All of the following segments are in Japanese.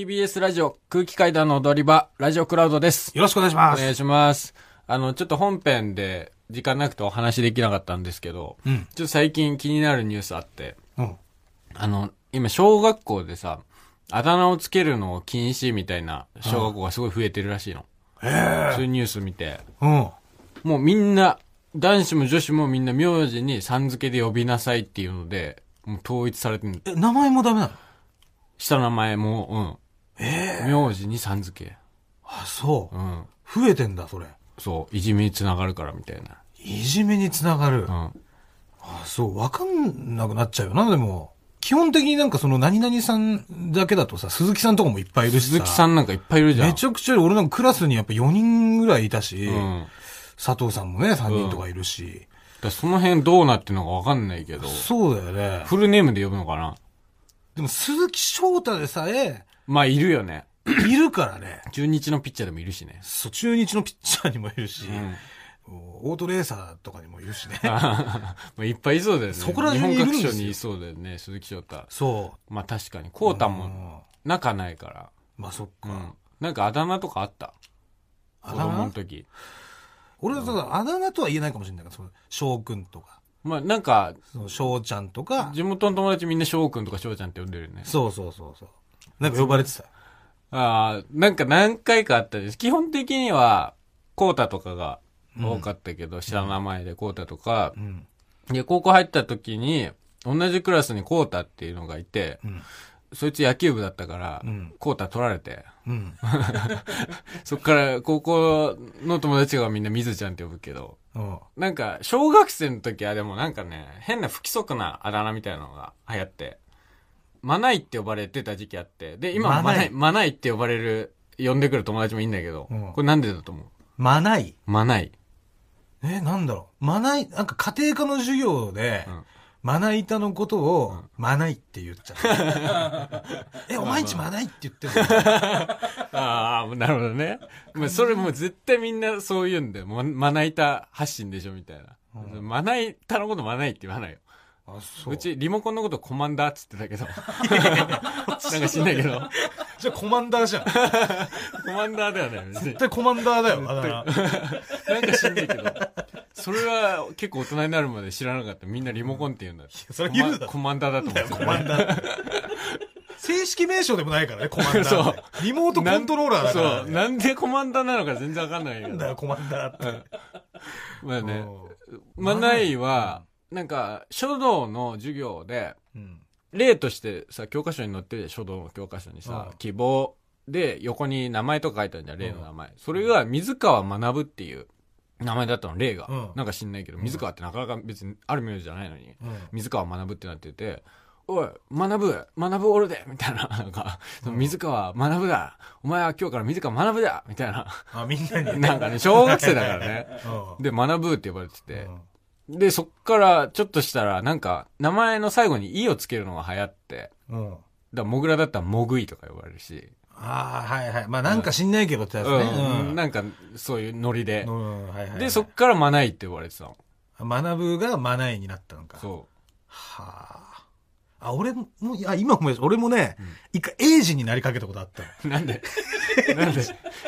TBS ラジオ空気階段の踊り場、ラジオクラウドです。よろしくお願いしまお願いす。します。あの、ちょっと本編で時間なくてお話できなかったんですけど、うちん。ょっと最近気になるニュースあって、うん。あの、今小学校でさ、あだ名をつけるのを禁止みたいな小学校がすごい増えてるらしいの。そういうニュース見て、うん。もうみんな、男子も女子もみんな名字にさん付けで呼びなさいっていうので、もう統一されてる。え、名前もダメなの下の名前も、うん。名字にさん付け。あ、そうう。ん。増えてんだ、それ。そう、いじめにつながるからみたいな。いじめにつながるう。ん。あ、そう。わかんなくなっちゃうよな、でも。基本的になんかその何々さんだけだとさ、鈴木さんとかもいっぱいいるしさ。鈴木さんなんかいっぱいいるじゃん。めちゃくちゃ俺なんかクラスにやっぱ4人ぐらいいたし、うん。だか佐藤さんもね、3人とかいるし。らその辺どうなってるのかわかんないけど、そうだよね。フルネームで呼ぶのかなでも鈴木翔太でさえ、まあいるよね。いるからね。中日のピッチャーでもいるしね。そう、中日のピッチャーにもいるし、うん。オートレーサーとかにもいるしね。 まあいっぱいいそうだよね。そこら中にいるんです日本よ各所にいそうだよね、鈴木翔太。そう。まあ確かに。コータもん。仲ないから。まあそっうか。ん。なんかあだ名とかあったあ子だ供の名時。俺はただあだ名とは言えないかもしれないから、その、翔くんとか、まあなんか、その翔ちゃんとか、地元の友達みんな翔くんとか翔ちゃんって呼んでるよね。そうそうそうそう。なんか呼ばれてた。ああ、なんか何回かあったです。基本的には、コータとかが多かったけど、知らん名前でコータとかう、ん。で、高校入った時に、同じクラスにコータっていうのがいて、うん。そいつ野球部だったから、うんコータ取られて、うん。そっから高校の友達がみんな水ちゃんって呼ぶけど、うん。なんか、小学生の時はでもなんかね、変な不規則なあだ名みたいなのが流行って、マナイって呼ばれてた時期あって、で、今はママナナイ、イマナイって呼ばれる、呼んでくる友達もいいんだけど、うんこれなんでだと思うまない。マナイ。え、なんだろう。まない、なんか家庭科の授業で、うんまな板のことを、まないって言っちゃ う。え、お前んちまないって言ってるのああ、なるほどね。まあ、それもう絶対みんなそう言うんだよ。ままな板発信でしょみたいな。まな板のことまないって言わないよ。あ、そうち、リモコンのことコマンダーっつってたけど。 なんか知んないけど。じゃあコマンダーじゃん。コマンダーではないよ別に絶対コマンダーだよ、あだ名なんか知んないけど。それは結構大人になるまで知らなかった。みんなリモコンって言うんだ。それ言うだろコマンダーだと思ってコたマン ダー。正式名称でもないからね、コマンダそうーって。リモートコントローラーだからね、そう。なんでコマンダーなのか全然わかんないけなんどだよ、コマンダーって。まあね。うんまないは、なんか、書道の授業で、うん。例としてさ、教科書に載ってるじゃん書道の教科書にさう、ん希望で横に名前とか書いてあるじゃん、例の名前。それが水川学っていう名前だったの、例がうん。なんか知んないけど、水川ってなかなか別にある名字じゃないのに。うん水川学ってなってて、おい、学ぶ、学ぶおるでみたいな、 なんか、その水川学ぶだお前は今日から水川学ぶだみたいな、 あ、みんなに。なんかね、小学生だからね。うんで、学ぶって呼ばれててう、で、そっからちょっとしたら、なんか、名前の最後に「い」をつけるのが流行って、ん。うんだからモグラだったら「モグイ」とか呼ばれるし、ああ、はいはい。まあなんか知んないけどってやつね。うん、んなんか、そういうノリでう。んはいはい。で、そっから「まない」って呼ばれてたの。学ぶがマナイになったのか。そはあ。あ、俺も、いや、今も、俺もね、一回、エイジになりかけたことあったの。う。 なんでなんで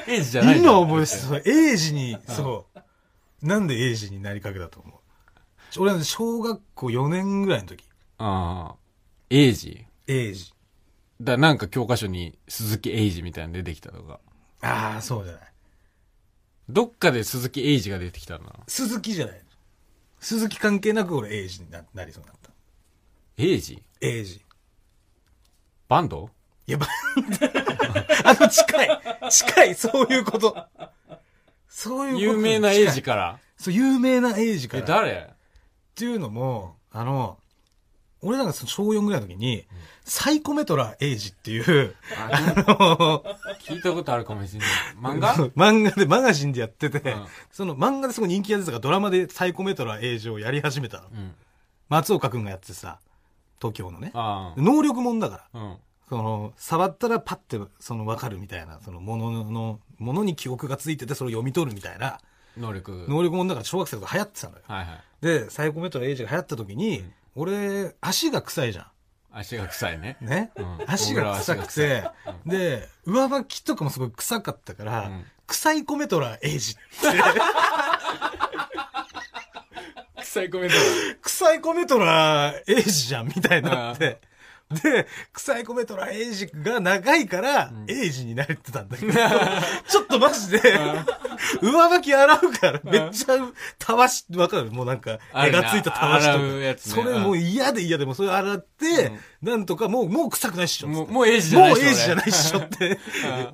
エイジじゃないの今思い出した。そのエイジに、そう。なんでエイジになりかけたと思う俺はね小学校4年ぐらいの時、ああ。エイジエイジ。だからなんか教科書に鈴木エイジみたいなの出てきたとか。ああ、そうじゃない。どっかで鈴木エイジが出てきたな。鈴木じゃない。鈴木関係なく俺エイジにななりそうになった。エイジエイジ。バンドいや、ばあの、近い。近い、そういうこと。そういうこと。有名なエイジ近い。から。そう、有名なエイジかえ、ら。誰っていうのも、あの、俺なんかその小4ぐらいの時に、サイコメトラエイジっていう、あの聞いたことあるかもしれない。漫画 漫画で、マガジンでやってて、うんその漫画ですごい人気やってたからドラマでサイコメトラエイジをやり始めたの。うん。松岡くんがやってさ、東京のね。あ能力者だから。あ。うん。その、触ったらパッて、その、わかるみたいな、その、ものの、ものに記憶がついてて、それを読み取るみたいな、能力。能力者だから小学生とか流行ってたのよ。はいはい。で、サイコメトラエイジが流行った時に、俺、足が臭いじゃん。足が臭いね。ね、うん足が臭くて、で、上履きとかもすごい臭かったから、うん臭い米虎エイジって、臭いコメント臭い米虎エイジじゃんみたいになって、で、臭い米虎エイジが長いから、エイジになれてたんだけど、ちょっとマジで、上履き洗うから、めっちゃ、たわし、わかるもうなんか、あ絵るながついたたわしと洗うやか。つねそれもう嫌で嫌でもうそれ洗って、なんとかもう、もう臭くないっしょっつもっう、て。もうエイジじゃないもうしエイジじゃ俺ないっしょってうん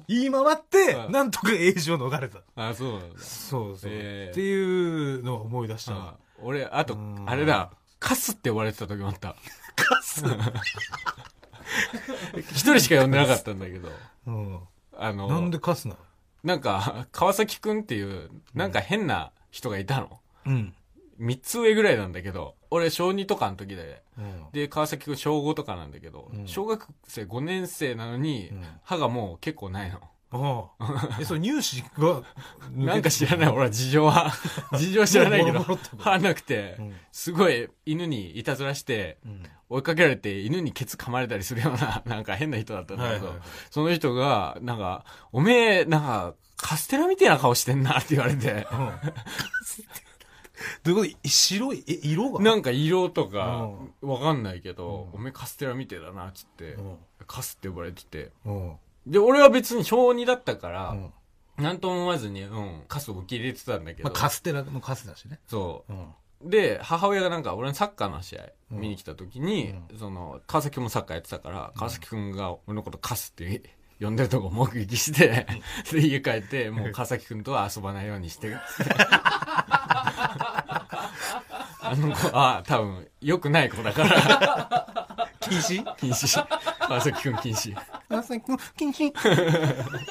言い回って、うんなんとかエイジを逃れた。あ、そうなんだ。そうそう。ええっていうのを思い出したわ。俺、あとん、あれだ、カスって呼ばれてた時もあった。カス、一人しか呼んでなかったんだけど。うん、あの、なんでカスなのなんか、川崎くんっていう、なんか変な人がいたの。うん。三つ上ぐらいなんだけど、俺小2とかの時で、うんで、川崎くん小5とかなんだけど、うん小学生5年生なのに、うん歯がもう結構ないの。ああ。え、そう、乳歯が、 なんか知ら い。ない、俺は事情は。事情知らないけどもうボロボロって、こと歯なくてうん、すごい犬にいたずらして、うん。追いかけられて犬にケツ噛まれたりするような、 なんか変な人だったんだけど、はいはいはいその人が、なんか、おめえ、なんか、カステラみたいな顔してんなって言われ て、どういうこと白い、え、色がなんか色とか、わかんないけど、おめえカステラみてえだな、つって、うんカスって呼ばれてて。うん。で、俺は別に小2だったかうら、ん。なんとも思わずに、うん、カスを受け入れてたんだけど、まあ、カステラのカスだしね。そう。うん。で、母親がなんか俺のサッカーの試合見に来た時に、うその、川崎もサッカーやってたから、川崎くんが俺のことカスって呼んでるとこ目撃して、で、家帰 って、もう川崎くんとは遊ばないようにして、つってあの子は多分良くない子だから、 禁止禁止。川崎くん禁止。川崎君、禁止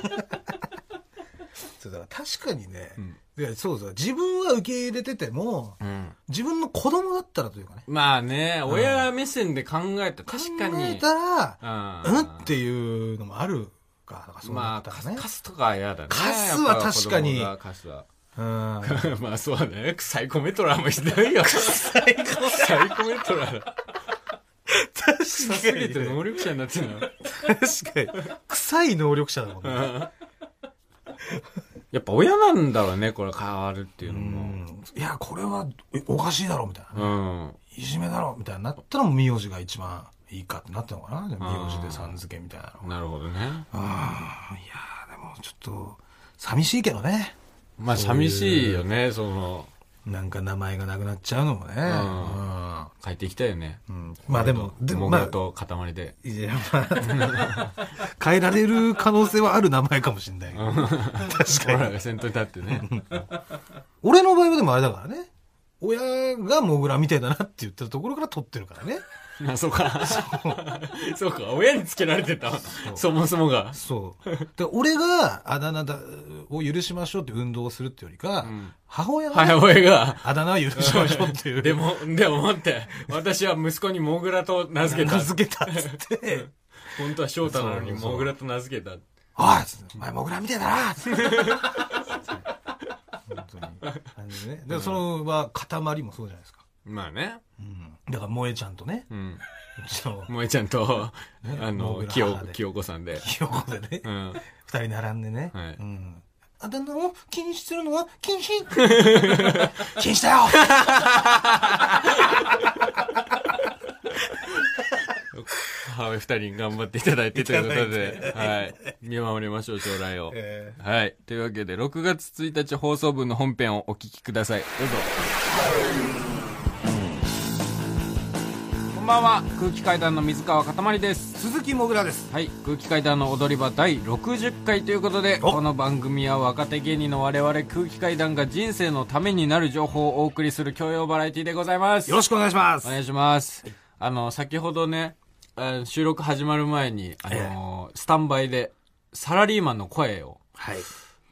そうだから確かにね、うんいやそうそう自分は受け入れててもうん。自分の子供だったらというかねまあね、親目線で考えたら確か考えに、たらうんうんっていうのもあるかだからそうなまっあ、たカらスね、カスとかは嫌だね。カスは確かにやっぱ子供がカスは。う んまあそうだね。サイコメトラーもひどいよ。サイコメトラーだ。確臭すぎて能力者になってるの。確かに臭い能力者だもんねやっぱ親なんだろうね、これ変わるっていううのも。んいやこれはえおかしいだろみたいなうん。いじめだろみたいになったらもう名字が一番いいかってなったのかなじゃあうん名字でさん付けみたいなのなるほどね。あいやーでもちょっと寂しいけどねまあ寂しいよね、その、なんか名前がなくなっちゃうのもね、んうん変えていきたいよね。うんまあでも、でもまあ、と塊で。いや、まあ、変えられる可能性はある名前かもしれないけど。俺確かに。らが先頭に立ってね。俺の場合はでもあれだからね。親がモグラみたいだなって言ってるところから取ってるからね。あ、そうか。 そうか。親につけられてた。そもそもが。そう。で俺があだ名だを許しましょうって運動をするってよりか、ん母親がね、母親が。あだ名を許しましょうっていう。 でも、でも待って、私は息子にモグラと名付けた名。付けたっつって、本当は翔太なのにモグラと名付けた。 おいっつってお前モグラみたいだ なっつって本当に。感じでね。で、その、は、塊もそうじゃないですか。まあね。だから萌えちゃんとね、うん。うちの萌えちゃんと、あモグの、ラ清派で清子さんで。ひよこでねう、ん。二人並んでね、はいうん、あだ名を禁止するのは禁止 禁止だよ母親二人に頑張っていただいてということで、はい。見守りましょう、将来を。えはい。というわけで、6月1日放送分の本編をお聞きください。どうぞ。こんばんは。空気階段の水川かたまりです。鈴木もぐらですはい、空気階段の踊り場第60回ということでおこの番組は若手芸人の我々空気階段が人生のためになる情報をお送りする教養バラエティでございますよろしくお願いしますお願いしますあの先ほどねあの収録始まる前にあの、スタンバイでサラリーマンの声をはい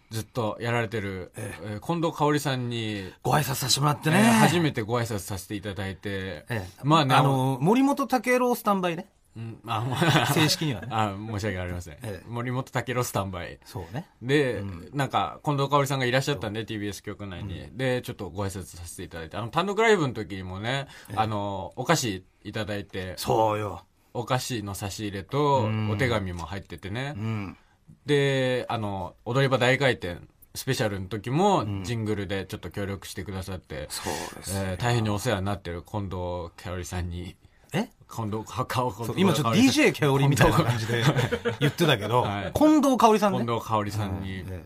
ずっとやられてる、えー近藤香織さんに、ご挨拶させてもらってえね、ー初てめてご挨拶させていただいて、ええまあねあの森本武郎スタンバイねうんあ まあ正式にはねあ申し訳ありません、ええ森本武郎スタンバイそうねで、なんか、近藤香織さんがいらっしゃったんで、TBS 局内に。で、ちょっとご挨拶させていただいて、あの、単独ライブの時にもね、あの、お菓子いただいて、そうよお菓子の差し入れとうんお手紙も入っててね、うん。であの踊り場大回転スペシャルの時んもジングルでちょっと協力してくださって、そうですえー大変にお世話になってる近藤香織さんにえ近藤かか近藤今ちょっと香織さん DJ 香織みたいな感じで言ってたけど、はい近藤香織さんね。近藤香織さんにえ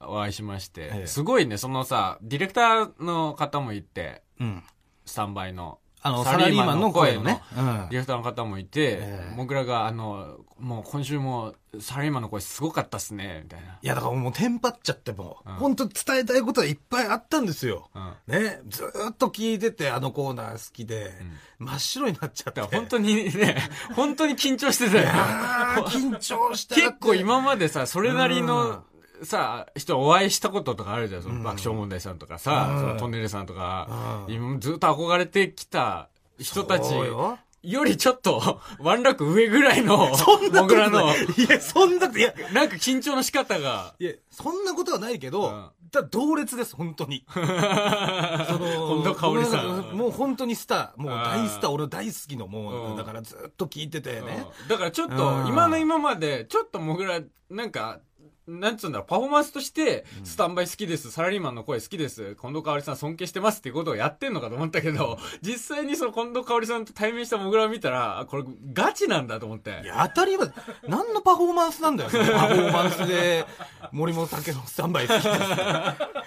お会いしまして、ええすごいねそのさディレクターの方もいてえうん。スタンバイのあの、サラリーマンの声のね。ディレクターの方もいて、ええもぐらが、あの、もう今週もサラリーマンの声すごかったっすね、みたいいや、だからもうテンパっちゃってもう、うん本当伝えたいことはいっぱいあったんですよ。な。ね、ずーっと聞いてて、あのコーナー好きで、真っ白になっちゃっだかて。ら本当に ね、本当に緊張してたよ。あー緊張した結構今までさ、それなりの、さ、人お会いしたこととかあるじゃん。そのうん爆笑問題さんとかさう、んそのトンネルさんとか、うん今ずっと憧れてきた人たちそうよよりちょっと、 ワンラック上ぐらいの、 そんなもことぐならい。の、いや、そんなこと、いや、なんか緊張の仕方が、いや、そんなことはないけど、うんだ同列です、本 当に。その近藤香織さんこの中のもう本当にスター、もう大スター、俺大好きの、もう、うんだからずっと聞いててね。だからちょっとうん今の今までちょっともぐらなんかなんつうんだろうパフォーマンスとしてスタンバイ好きです、サラリーマンの声好きです近藤香織さん尊敬してますっていうことをやってんのかと思ったけど実際にその近藤香織さんと対面したもぐらを見たらあこれガチなんだと思っていや、当たり前、何のパフォーマンスなんだよ、そのパフォーマンスで、森本武のスタンバイ好きで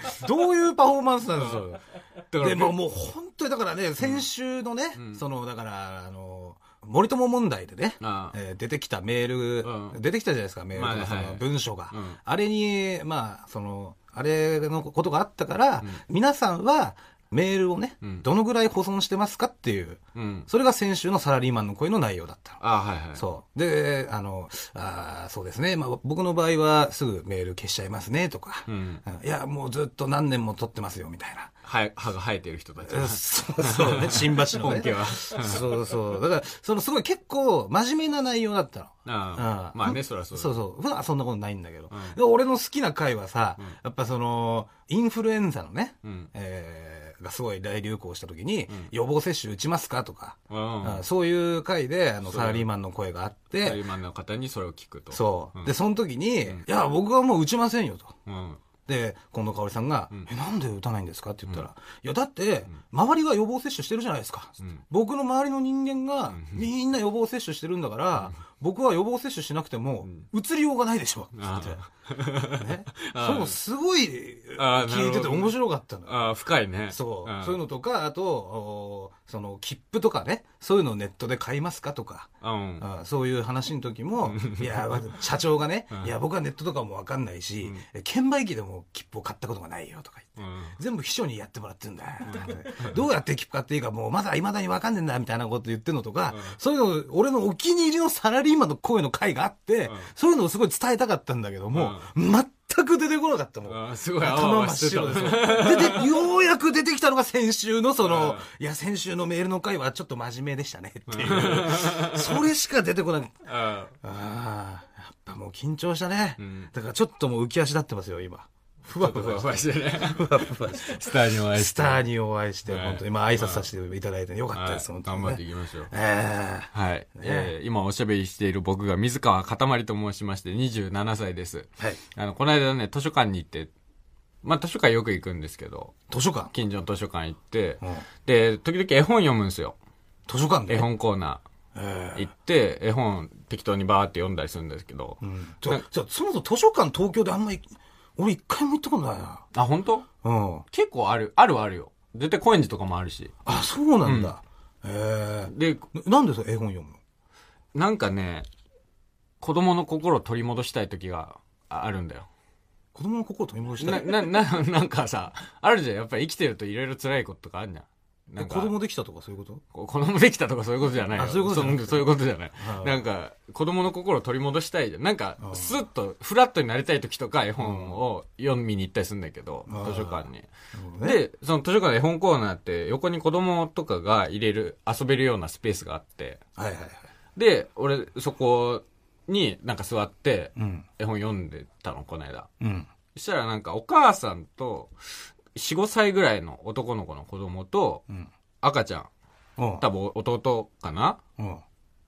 す。どういうパフォーマンスなんですよ。だからでももう本当に、だからね、先週のね、んその、だから、あの、森友問題でね、ああえー出てきたメール、うん出てきたじゃないですか、メールとまあかそはいの文章が。うんあれに、まあ、その、あれのことがあったから、皆さんはメールをね、うんどのぐらい保存してますかっていう、うんそれが先週のサラリーマンの声の内容だったの。あはいはいそう。で、あの、あーそうですね。まあ、僕の場合はすぐメール消しちゃいますね、とか。うんいや、もうずっと何年も撮ってますよ、み たいな。は歯が生えてる人たちそうそうね、新橋の、本ね。家はそうそう。だから、そのすごい結構真面目な内容だったの。ああうんまあねそりゃそうだそうそう。普段はそんなことないんだけど。うんで俺の好きな回はさ、うんやっぱその、インフルエンザのね、うんえーがすごい大流行した時に、ん予防接種打ちますかとか、うあんそういう回で、あの、そうサラリーマンの声があっサラリーて、マンの方にそれを聞くとそう、うんで、その時に、うんいや、僕はもう打ちませんよと。うんで、近藤香織さんが、うんえ、なんで打たないんですかって言ったら、ういや、だって、周りが予防接種してるじゃないですか。うん僕の周りの人間が、うんみんな予防接種してるんだから、僕は予防接種しなくても、う移りようがないでしょ。あって。ね。 あそう、すごい、あーなる聞いほどてて面白かったのよ。ああ深いねそう、んそういうのとか、あと、おその、切符とかね、そういうのをネットで買いますかとか、うんあそういう話の時も、いや、まず社長がね、うんいや、僕はネットとかもわかんないし、券売機でも切符を買ったことがないよとか言って。うん全部秘書にやってもらってるんだ。どうやって切符買っていいかもうまだ未だにわかんねえんだみたいなこと言ってんのとかうん、そういうの、俺のお気に入りのサラリーマンの声の回があってん、そういうのをすごい伝えたかったんだけども、全く出てこなかったもん。あーすごい泡頭々真っしてた白でそうでで、ようやく出てきたのが先週のその、いや、先週のメールの回はちょっと真面目でしたねっていう。それしか出てこない。あああ、やっぱもう緊張したねん。だからちょっともう浮き足立ってますよ、今。ふわーふわふわしてねふわして。スターにお会いスしてターにお会いして、はい本当に、まあ、挨拶させていただいてよかったです、はい本当に、頑ね。張っていきましょうええはい、えー今おしゃべりしている僕が水川かたまりと申しまして27歳ですはい。あのこの間ね図書館に行ってまあ図書館よく行くんですけど図書館、近所の図書館行って、うん、で時々絵本読むんですよ図書館で。絵本コーナえーえ行って絵本適当にバーって読んだりするんですけど、うんじゃじゃそもそも図書館東京であんまり、俺一回も行ったことないな。あ本当うん。結構あるあるはあるよ絶対高円寺とかもあるしあ、そうなんだ。えでえななんでそれ絵本読むのなんかね、子供の心を取り戻したい時がああるんだよ。子供の心を取り戻した。ないなな なんかさ、あるじゃん。やっぱり生きてるといろいろ辛いこととかあるじゃん。なんえか子供できたとかそういうことこ子供できたとかそういうことじゃないよあそういうことじゃなくてそそういうことじゃないはい。なんか、子供の心を取り戻したいじゃん。なんかう、んスッと、フラットになりたい時とか絵本を読みに行ったりするんだけど、うん図書館に。ねで、その図書館の絵本コーナーって、横に子供とかが入れる、遊べるようなスペースがあって、はいはいはい。で、俺、そこになんか座って、うん。絵本読んでたの、この間。うん。そしたらなんかお母さんと、4、5歳ぐらいの男の子の子供とう、ん。赤ちゃん、うん。多分弟かなうん。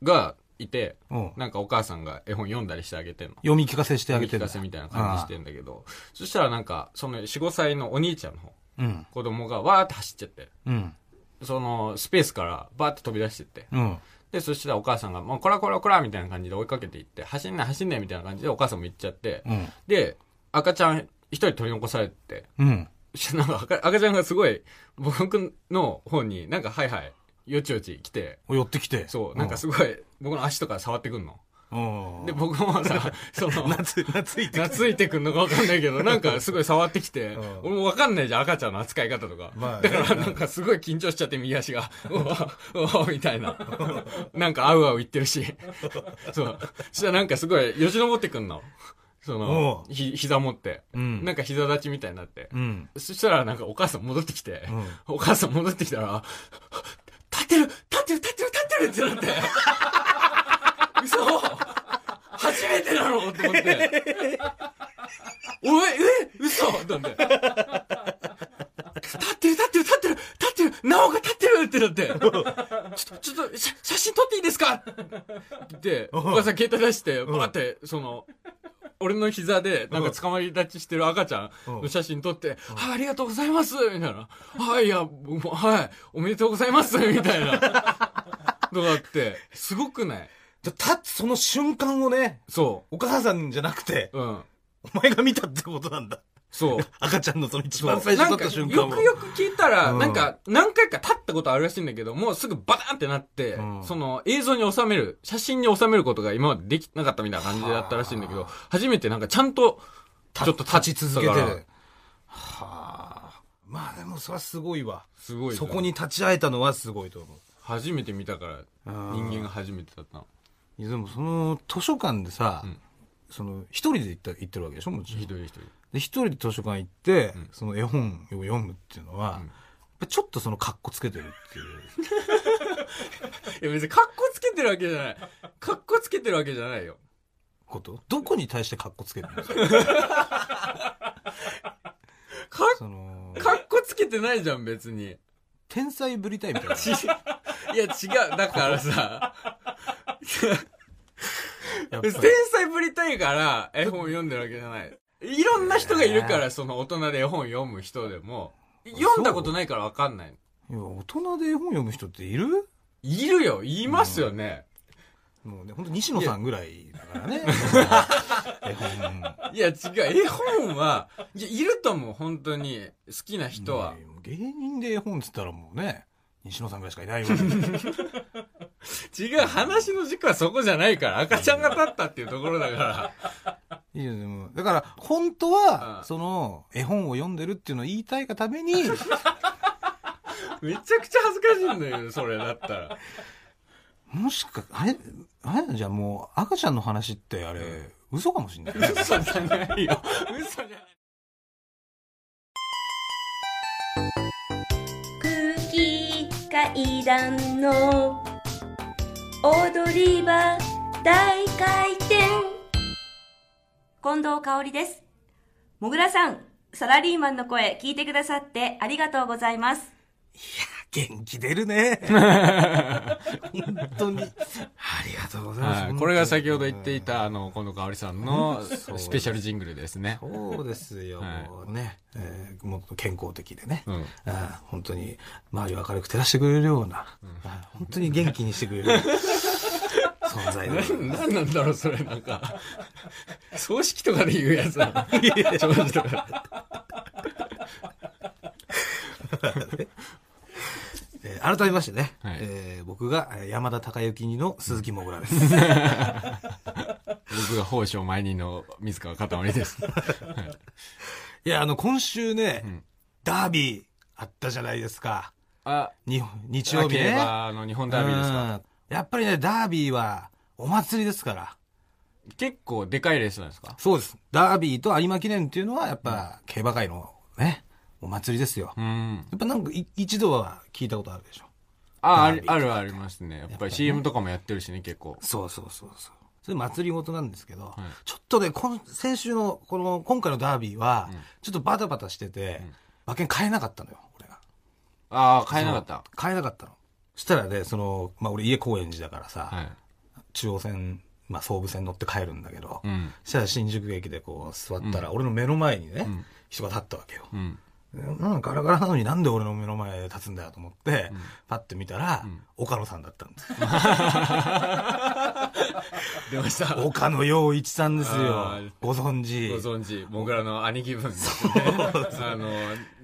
が、いて、うんなんかお母さんが絵本読んだりしてあげてんの。読み聞かせしてあげて聞るかせみたいな感じしてんだけど、そしたらなんか、その4、5歳のお兄ちゃんの方うん子供がわーって走っちゃって、うんそのスペースからバーって飛び出してって、うんで、そしたらお母さんが、もうこらこらこらみたいな感じで追いかけていって、走んない走んないみたいな感じでお母さんも行っちゃって、うんで、赤ちゃん一人取り残されて、 うんそしたらなんか赤赤ちゃんがすごい僕の方になんかはいはい、よちよち来て、寄ってきてそう、なんかすごい僕の足とか触ってくんの。うんで、僕もさ、そ の、夏夏いて懐いてくんのかわかんないけど、なんかすごい触ってきてうん、俺もわかんないじゃん、赤ちゃんの扱い方とか。まあねだからなんかすごい緊張しちゃって、右足 が、うわ、うわ、みたいな。なんかあうあう言ってるし。そう。そしたらなんかすごい、よじ登ってくんの。その、うひ、膝持って。うんなんか膝立ちみたいになって。うんそしたらなんかお母さん戻ってきて、うお母さん戻ってきたら、立ってる立ってる立ってる立ってるっ てなって。嘘初めてなのって思って。おい、え嘘なんで。立ってる立ってる立ってる立ってるなおが立ってるってなって。ちょっと、ちょっと、写写真撮っていいですかって、お母さん携帯出して、んバーって、その、俺の膝で、なんか捕まり立ちしてる赤ちゃんの写真撮って、あありがとうございますみたいな。はい、いや、僕もはい、おめでとうございますみたいな。のがあって、すごくない立つその瞬間をねそお母さんじゃなくてう。うん。お前が見たってことなんだそう。赤ちゃんのその一そう番最初なん撮っかた瞬間をよくよく聞いたら、うんなんか、何回か立ったことあるらしいんだけど、もうすぐバタンってなって、うんその映像に収める、写真に収めることが今までできなかったみたいな感じだったらしいんだけど、初めてなんかちゃんと、ちょっと立ち続けてはあまあでもそれはすごいわすごいですそよこに立ち会えたのはすごいと思う初めて見たから、うん人間が初めてだったの。いやでもその図書館でさ、うんその一人で行った行ってるわけでしょもちろん一人一人。で一人で図書館行って、んその絵本を読むっていうのうは、んやっぱちょっとその格好つけてるっていういや別に格好つけてるわけじゃない。格好つけてるわけじゃないよ。ことどこに対して格好つけ てるんですかか、その格好つけてないじゃん別 に。天才ぶりたいみ たいなちいや違う。だからさ、や天っぱり才ぶりたいから絵本読んでるわけじゃない。いろんな人がいるから、その大人で絵本読む人でも、読んだことないからわかんない。いや大人で絵本読む人っているいるよ、いますよね。もうね本当西野さんぐらいだから ね絵本いや違う、絵本は、いやいると思う、本当に。好きな人は。うん芸人で絵本っつったらもうね西野さんぐらいしかいないわけで違う、話の軸はそこじゃないから、赤ちゃんが立ったっていうところだから。いいよでもだから本当は、うんその絵本を読んでるっていうのを言いたいがた めにめちゃくちゃ恥ずかしいんだよ、それだったら。もしかあれあれじゃあもう赤ちゃんの話ってあれ、嘘かもしんない嘘じゃないよ。嘘じゃない。空気階段の踊り場大回転近藤香織ですもぐらさんサラリーマンの声聞いてくださってありがとうございます元気出るね本当にありがとうございます、はい、これが先ほど言っていた、あの、近藤香織さんのそうスペシャルジングルですね。そうですよ、はいもうね、えーもっと健康的でね、うんあー本当に周りを明るく照らしてくれるような、あー本当に元気にしてくれる存在でなんなんだろう、それ、なんか。葬式とかで言うやつだな。弔辞とかえー改めまして ね、はいえー僕がえー山田孝之の鈴木もぐらです。 僕が宝生前人の水川かたまり です。いや、あの、今週ね、んダービーあったじゃないですか。あ、に日曜日競ね。馬の日本ダービーですか。うんやっぱりね、ダービーはお祭りですから。結構でかいレースなんですかそうです。ダービーと有馬記念っていうのは、やっぱ、競馬界のね、お祭りですよ。うやん。っぱなんかい、一度は聞いたことあるでしょ。あ、あダーるビーあるありますね。やっぱり CM とかもやってるしね、結構。そうそうそうそう。それ祭り事なんですけど、ちょっとね、今先週の、この、今回のダービーは、ちょっとバタバタしてて、馬券買えなかったのよ、俺が。ああ、買えなかった。買えなかったの。そしたらね、その、まあ、俺家高円寺だからさ、はい。中央線、まあ、総武線乗って帰るんだけど、うん。そしたら新宿駅でこう座ったら、俺の目の前にね、うん人が立ったわけよ。うん。なんかガラガラなのになんで俺の目の前で立つんだよと思って、うんパッて見たら、ん岡野さんだったん です。出ました。ご岡野陽一さんですあよー。ご存知。存知、モグラの兄貴分ですね。あの、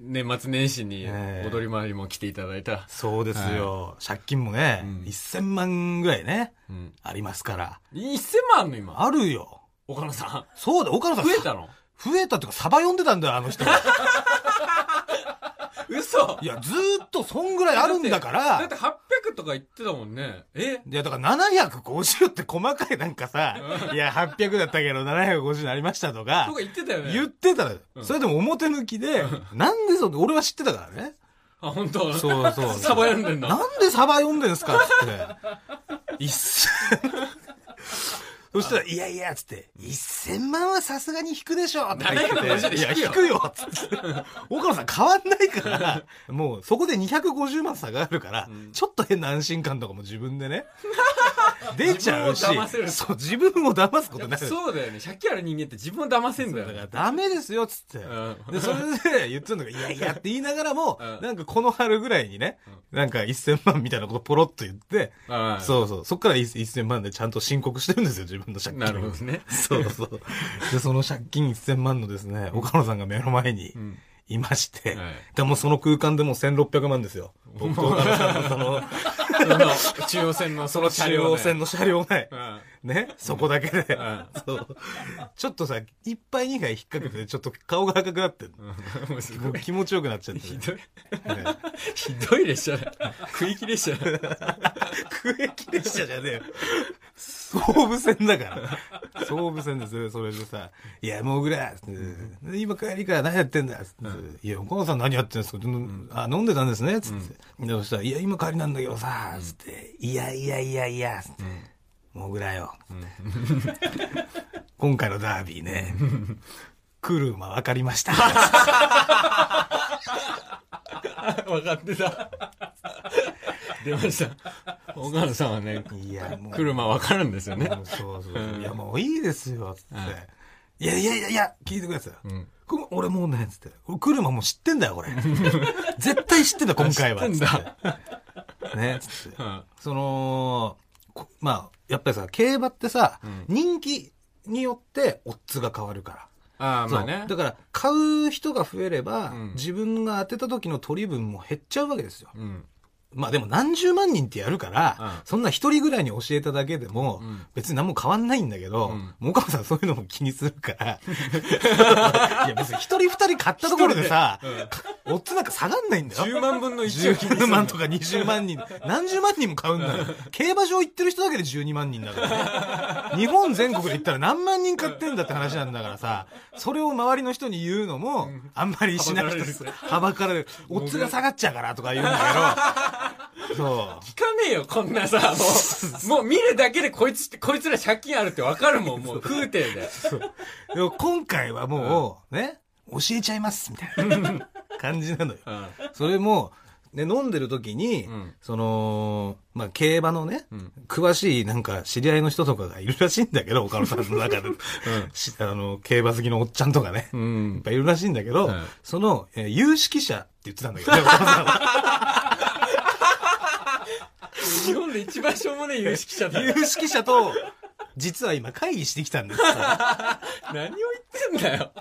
年末年始にええ踊り回りも来ていただいた。そうですよ。借金もね、うん1000万ぐらいね、うん。ありますから。 1000万あんの今。あるよ。岡野さそうだ、岡野さん。ん。増えたの増えたっていうか、サバ読んでたんだよ、あ の人。い嘘や、ずーっとそんぐらいあるんだかだっらて、800とか言ってたもんね。えいや、だから750って細かいなんかさ、いや、800だったけど750になりましたとかとか、言ってたよね。言ってたら、んそれでも表向きで、なんでそう、俺は知ってたからね。あ、本当。そうそう。サバ読んでんの。なんでサバ読んでんすかっつって。一千。そしたら、いやいや、つって、一千万はさすがに引くでしょって言って750て、いや、引引くくよつって。岡野さん変わんないから、もうそこで250万差があるから、ちょっと変な安心感とかも自分 でね、出ちゃうし自分を騙せる、そう、自分を騙すことになる。そうだよね。借金ある人間って自分を騙せんだだよかね。らダメですよ、つって。うんで、それで言ってんのが、いやいやって言いながらも、うんなんかこの春ぐらいにね、なんか1000万みたいなことポロッと言って、ああそうそう、そっから1000万でちゃんと申告してるんですよ、自分の借金をなるほどね。そうそう。で、その借金1000万のですね、岡野さんが目の前にんいまして、 はいでもうその空間でもう1600万ですよ。僕と岡野さんのその、その中央線のその車中両、ね。央線の車両内う。ん。ね、そこだけでん。そう。ちょっとさ、一杯二杯引っ掛けて、ちょっと顔が赤くなってんのもうすごもうい。気持ちよくなっちゃ ってね。ひどい。ねひどい列車だ。区域列車だ。区域列車じゃねえ よ。総武線だから。総武線ですよ、それでさ。いや、もうぐらい、つってで今帰りから何やってんだっつって、いや、岡野さん何やってんですか、あ、飲んでたんですね、つって。でそしたら、いや、今帰りなんだけどさ、つって。いやいやいやいや、つって。もうぐらいよ。今回のダービー ね。来る馬分かりま した。分かってた。出ました。岡野さんはね、いや、もう。車分かるんですよね。そうそうそう。いや、もういいですよ、つって。いやいやいやいや、聞いてください。これ俺もうね、つって。俺車もう知ってんだ よ、これ。絶対知ってた、今回は。知ってんつだってね、つってう。ん。その、こまあ、やっぱりさ、競馬ってさ、人気によってオッズが変わるから。ああ、まあそねうだ。から、買う人が増えれば、うん自分が当てた時の取り分も減っちゃうわけですよ。うん。まあでも何十万人ってやるから、うんそんな一人ぐらいに教えただけでも、うん別に何も変わんないんだけど、うんもう岡野さんそういうのも気にする から。いや別に一人二人買ったところでさ、オッズなんか下がんないんだよ。 10万分の1を気にす10る。万とか20万人、何十万人も買うんだよ。競馬場行ってる人だけで12万人だからね。日本全国で行ったら何万人買ってんだって話なんだからさ、それを周りの人に言うのも、あんまりしなくて、はばかられる。オッズが下がっちゃうからとか言うんだけど、そう。聞かねえよ、こんなさ、もう、もう見るだけでこいつ、こいつら借金あるって分かるもん、もう、空挺で。でも今回はもう、ね、教えちゃいます、みたいな感じなのよ。うん。それも、ね、飲んでる時に、うんその、まあ、競馬のね、ん詳しいなんか知り合いの人とかがいるらしいんだけど、岡野さんの中で。 しあの、競馬好きのおっちゃんとかね。うんいっぱいいるらしいんだけど、はいその、えー有識者って言ってたんだけどね、岡野さんは 日本で一番しょうもねえ有識者だ。有識者と、実は今会議してきたんですよ何を言ってんだよ。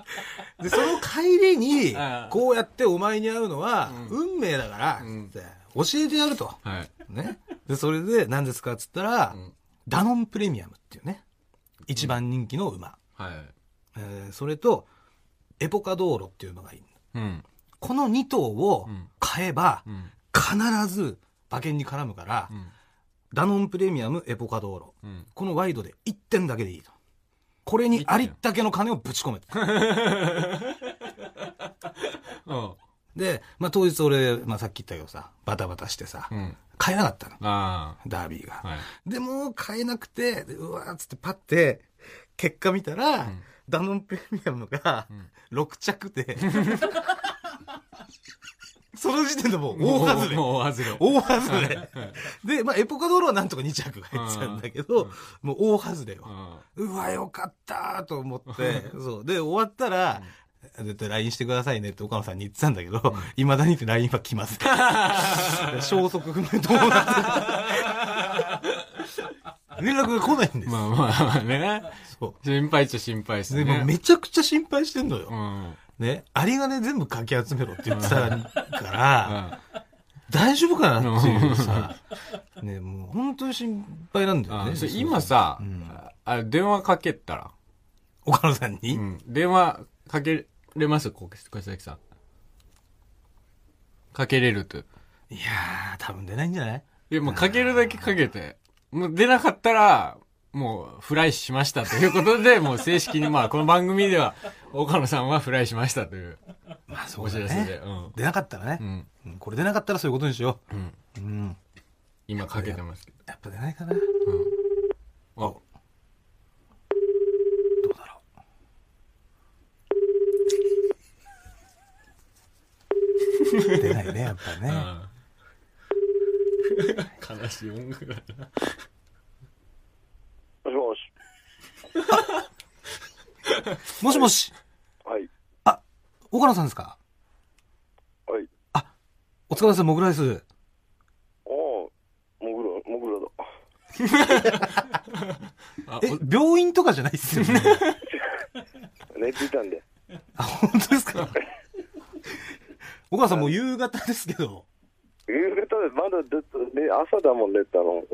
で、その帰りにああ、こうやってお前に会うのは、運命だから、って教えてやると。はい。ね。で、それで、何ですかっつったら、ダノンプレミアムっていうね、一番人気の馬。はい。えーそれと、エポカドーロっていう馬がいい。うん。この2頭を買えばう、ん。必ず馬券に絡むから、んダノンプレミアム、エポカドーロ。うん。このワイドで1点だけでいいと。これにありったけの金をぶち込 めと。うん。で、まあ、当日俺、まあ、さっき言ったけどさ、バタバタしてさ、うん。買えなかったの、あダービーが。あ。はい。でも、買えなくて、でうわーっつってパッて、結果見たら、んダノンプレミアムが、6着で、その時点でもう大外れ。もう大外れ。大外れ。で、まあ、エポカドールはなんとか2着入ってたんだけど、もう大外れよ。うわ、よかったーと思って、そう。で、終わったら、絶対 LINE してくださいねって岡野さんに言ってたんだけど、いまだに LINE は来 ません。消息不明と思って。連絡が来ないんです。まあまあまあね。そ心配っちゃ心配ですう。で、ね。もうめちゃくちゃ心配してんのうよ。ん。ね。アリがね、全部かき集めろって言ってたから、う 大丈夫かなっていうさ、ね、もう本当に心配なんだよねん。それ今さ、あ電話かけたら、岡野さんに、うん、電話かけれます小小崎さん。かけれると。いやー、多分出ないんじゃないいや、もうかけるだけかけて、もう出なかったら、もうフライしましたということ で、もう正式にまあ、この番組では、岡野さんはフライしましたというまあそお知らせで、うん。出なかったらうね、ん。うんこれ出なかったらそういうことにしようん。う。うん。今かけてますけやっぱ出ないかな。ど。おどうだろう。出ないね、やっぱね。悲しい音楽だな。もしもし。もしもし、はい。岡野さんですかはい。お疲れ様です、モグラです。ああ、もぐら、もぐらだ。あ、え、病院とかじゃないっすよね。寝ていたんで。あ、本当ですか岡野さんもう夕方ですけど。夕方で、まだ出た、ね、朝だもん、寝たの。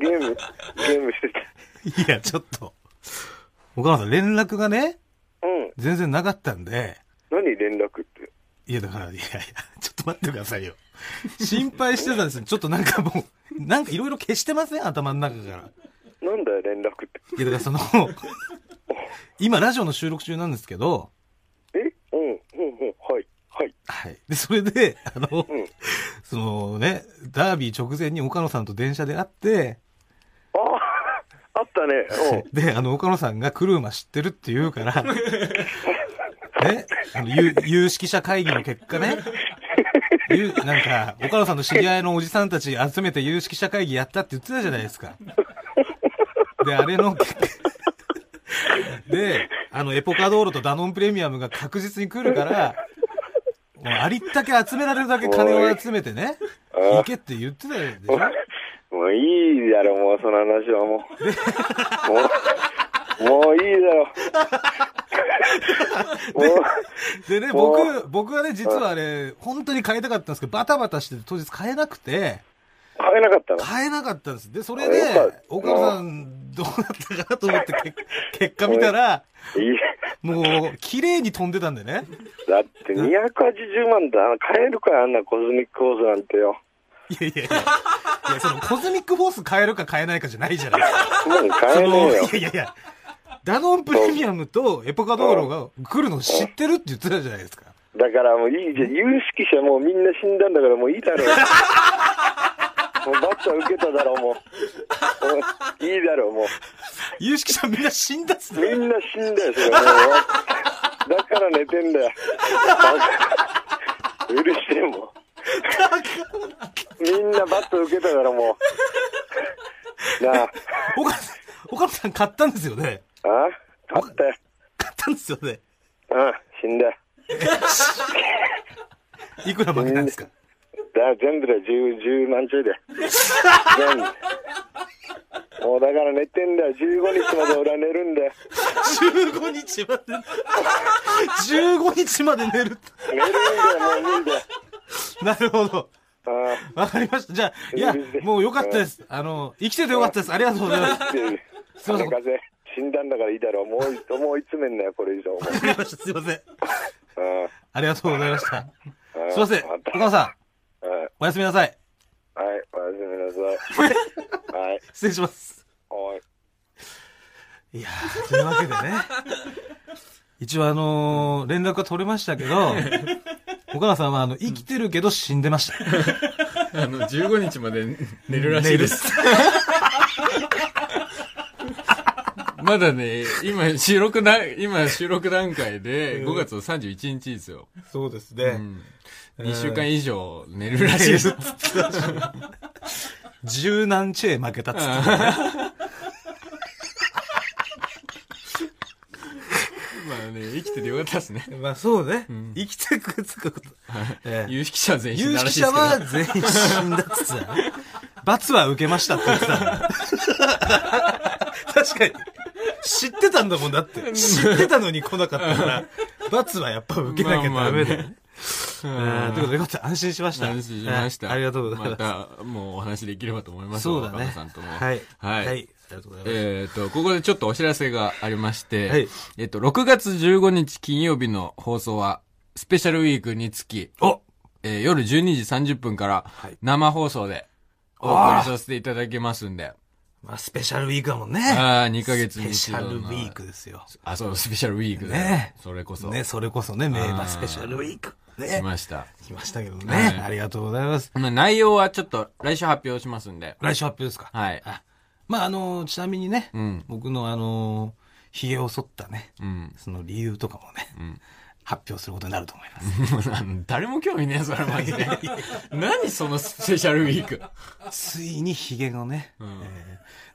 ゲーム、ゲームしてた。いや、ちょっと。岡野さん、連絡がね、うん。全然なかったんで、何連絡って。いや、だから、いやいや、ちょっと待ってくださいよ。心配してたんですよ。ちょっとなんかもう、なんかいろいろ消してません頭の中から。いや、なんだよ、連絡って。だからその、今、ラジオの収録中なんですけど、えうん、うん、うん、はい。はい。はい。で、それで、あの、うんそのね、ダービー直前に岡野さんと電車で会って、あ あ、あったね。うん。で、あの、岡野さんがクルーマ知ってるって言うから、ね、あの、有有識者会議の結果ね、 有なんか、岡野さんの知り合いのおじさんたち集めて有識者会議やったって言ってたじゃないですか。で、あれの結果、で、あの、エポカドールとダノンプレミアムが確実に来るから、もうありったけ集められるだけ金を集めてね、行けって言ってたで しょもういいだろ、もうその話はもう。もう、もういいだろ。もう。でね、僕、僕はね、実はあれ、本当に変えたかったんですけど、バタバタしてて当日変えなくて、買えなかったの変えなかったんです。で、それあよかでっ、岡野さん、どうなったかなと 思って、結結果見たら、いいもう、綺麗に飛んでたんでね。だって280万だな買えるかあんなコズミックホースなんてよいやいやいや。いや、その、コズミックフォース変えるか変えないかじゃないじゃないですか。うん そ買えねの、えいよやいやいや、ダノンプレミアムとエポカ道路が来るの知ってるって言ってたじゃないですか。だからもういいじゃん有識者もうみんな死んだんだからもういいだろうもうバッター受けただろうもうもういいだろうもう有識者みんな死んだっすね。みんな死んだよそれもうだから寝てんだようるせえもうみんなバッター受けたからもうなあ岡野さん、岡野さん買ったんですよね。あ勝ったよ買ったんですよね。うん死んだよいくら負けたんですかだ全部で 10, 10万ちょいで全部もうだから寝てんだよ15日まで俺は寝るんだよ15日まで、15日まで寝る。寝るんだよもういいんだよなるほど。あわかりました。じゃあ、いや、もうよかったです。あの、生きててよかったです。ありがとうございます。わあってすいません風死んだんだからいいだろうもういもう追い詰めんなよこれ以上もうかりました。すいません。うんありがとうございました。うんすいません。ま岡た野さはいん、おやすみなさい。はいおやすみなさいはい失礼します。おいいやー、というわけでね。一応あのー連絡は取れましたけど、 岡野さんはあの、生きてるけど死んでました。あの、15日まで寝るらしいです。 まだね、今収録だ、今収録段階で5月の31日ですよ。そうですうね。ん。2週間以上寝るらしい です。 柔軟チェー負けたっつってた。まあね、生きててよかったですね。まあそうねん。生きてくつくこと。ええ 有識者は全員死ん有だらし識いで者すけど。は全員死んだっつってたよね。罰は受けましたって言ってたん だ。確かに。知ってたんだもんだって。知ってたのに来なかったから、罰はやっぱ受けなきゃダメだよね。うんということで、よかった。安心しました。安心しました。はいありがとうございます。また、もうお話できればと思います。そうだ若ね。田さんとも。はい。はい。ありがとうございます。えっ、と、ここでちょっとお知らせがありまして、はいえっ、と、6月15日金曜日の放送は、スペシャルウィークにつき、おえー夜12時30分からい生放送でお送りさせていただきますんで、まあ、スペシャルウィークだもんね。あー2ヶ月にス一ペシ度ャのルウィークですよ。あ、そう、スペシャルウィークで、ねそれこそ、ね、それこそね、名あー馬スペシャルウィーク。しね。ました。来ましたけどはねい。ありがとうございます。まあ、内容はちょっと来週発表しますんで、来週発表ですかはい。あまあ、あの、ちなみにねん、僕のあの、髭を剃ったね、うん。その理由とかもね、発表することになると思います。誰 も興味ねえ、それマジで。何そのスペシャルウィーク。ついに髭がね、えー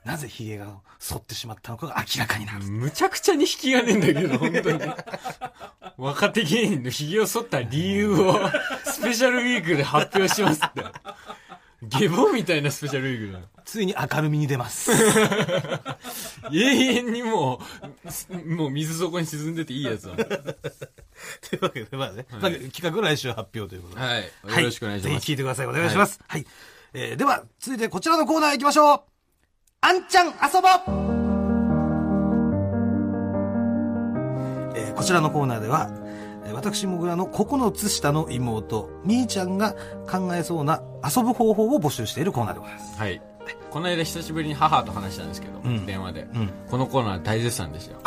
なぜ髭が剃ってしまったのかが明らかになる。むちゃくちゃに引きがねえんだけど、本当に。若手芸人の髭を剃った理由を、スペシャルウィークで発表しますって。下ボみたいなスペシャルウィークだよ。ついに明るみに 出ます。永遠にもうす、もう水底に沈んでていいやつだ。というわけで、まあね、まあ企画は来週発表ということで。はい。よろしくお願いしまはぜひ聞す。いてください。お願いします。はい。えーでは、続いてこちらのコーナー行きましょう。あんちゃん遊ぼうえーこちらのコーナーでは、えー私もぐらの9つ下の妹、みーちゃんが考えそうな遊ぶ方法を募集しているコーナーでございます。はい。この間久しぶりに母と話したんですけど、ん電話で、んこのコーナー大絶賛でしたよ。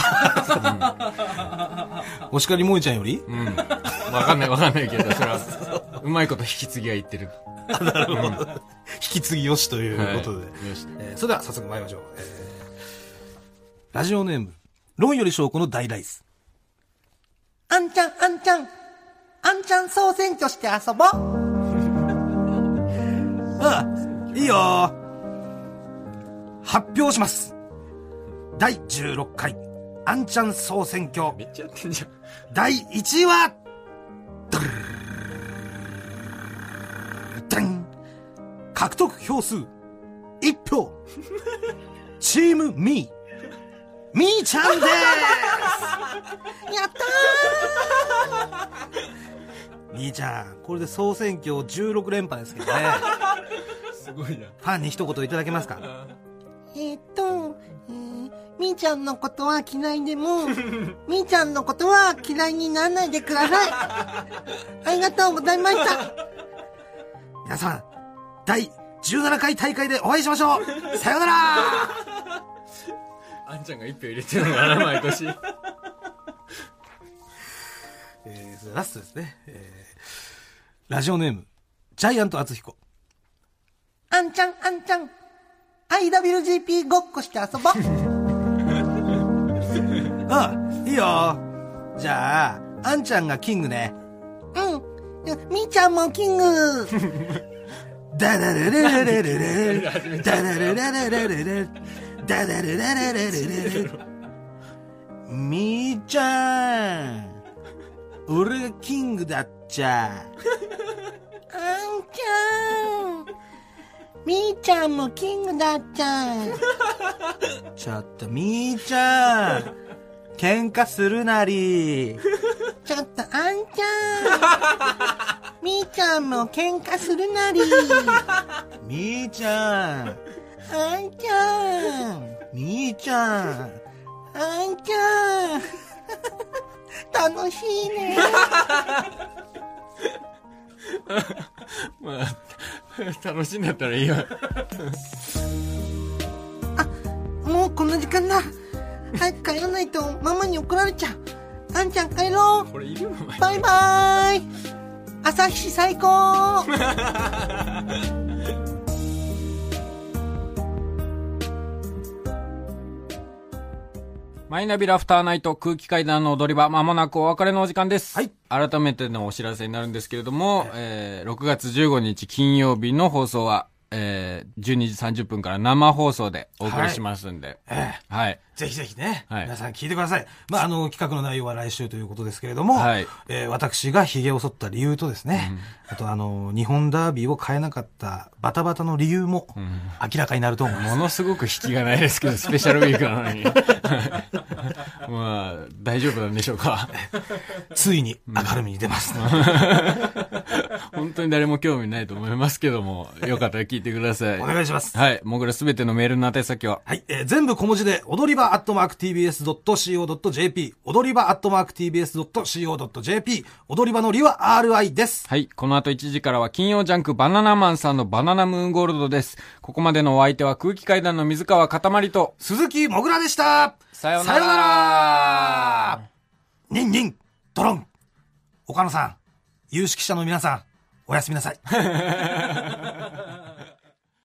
お叱りもえちゃんよりうん。わかんないわかんないけど、それ は、うまいこと引き継ぎは言ってる。引き継ぎよしということはで。いよし。えーそれでは早速参りましょう、えーラジオネーム論より証拠の大ライスあんちゃんあんちゃんあんちゃん総選挙して遊ぼううんいいよ発表します第16回あんちゃん総選挙めっちゃやってんじゃん。第1位は、ドゥルルルルルルルン獲得票数、1票。チームミー。みーちゃんですやったーみーちゃん、これで総選挙16連覇ですけどね。すごいな。ファンに一言いただけますかえーっと、えーみーちゃんのことは嫌いで も、みーちゃんのことは嫌いにならないでください。ありがとうございました。皆さん、第17回大会でお会いしましょうさようならあんちゃんが一票入れてるのかな、毎年。えーそれラストですね。えーラジオネーム、ジャイアント厚彦。あんちゃん、あんちゃん。IWGP ごっこして遊ぼ う。うん、いいよ。じゃあ、あんちゃんがキングね。うん。みーちゃんもキング。ダダルルルルルルルダダルルルルルルダダルルルルルルルみーちゃん。俺がキングだっちゃ。あんちゃん。みーちゃんもキングだっちゃん。 ちょっとみーちゃん。喧嘩するなり。ちょっとあんちゃん。みーちゃんも喧嘩するなり。みーちゃん。あんちゃん。みーちゃん。あんちゃん。楽しいね。まあ、 楽しんだったらいいよ。もうこんな時間だ。早く帰らないとママに怒られちゃう。あんちゃん帰ろこれいるのう。バイバーイ。朝日最高。マイナビラフターナイト空気階段の踊り場、まもなくお別れのお時間です。はい改めてのお知らせになるんですけれども、えー6月15日金曜日の放送は、えー12時30分から生放送でお送りしますんで。はい。ええはい。ぜひぜひね、はい皆さん聞いてください。まあ、あの、企画の内容は来週ということですけれども、はいえー私が髭を剃った理由とですね、あと、あの、日本ダービーを変えなかったバタバタの理由も明らかになると思います。ものすごく引きがないです けど、スペシャルウィークなのに。 まあ、大丈夫なんでしょうか。ついに明るみに出ます、本当に誰も興味ないと思いますけども、よかったら聞いてください。お願いします。はい。もぐらすべてのメールの宛先は、はい、えー全部小文字で、踊り場アットマーク tbs.co.jp、踊り場アットマーク tbs.co.jp、踊り場のりは RI です。はい。この後1時からは金曜ジャンクバナナマンさんのバナナムーンゴールドです。ここまでのお相手は空気階段の水川かたまりと、鈴木もぐらでしたさようならさよならニンニンドロン岡野さん、有識者の皆さん、おやすみなさい。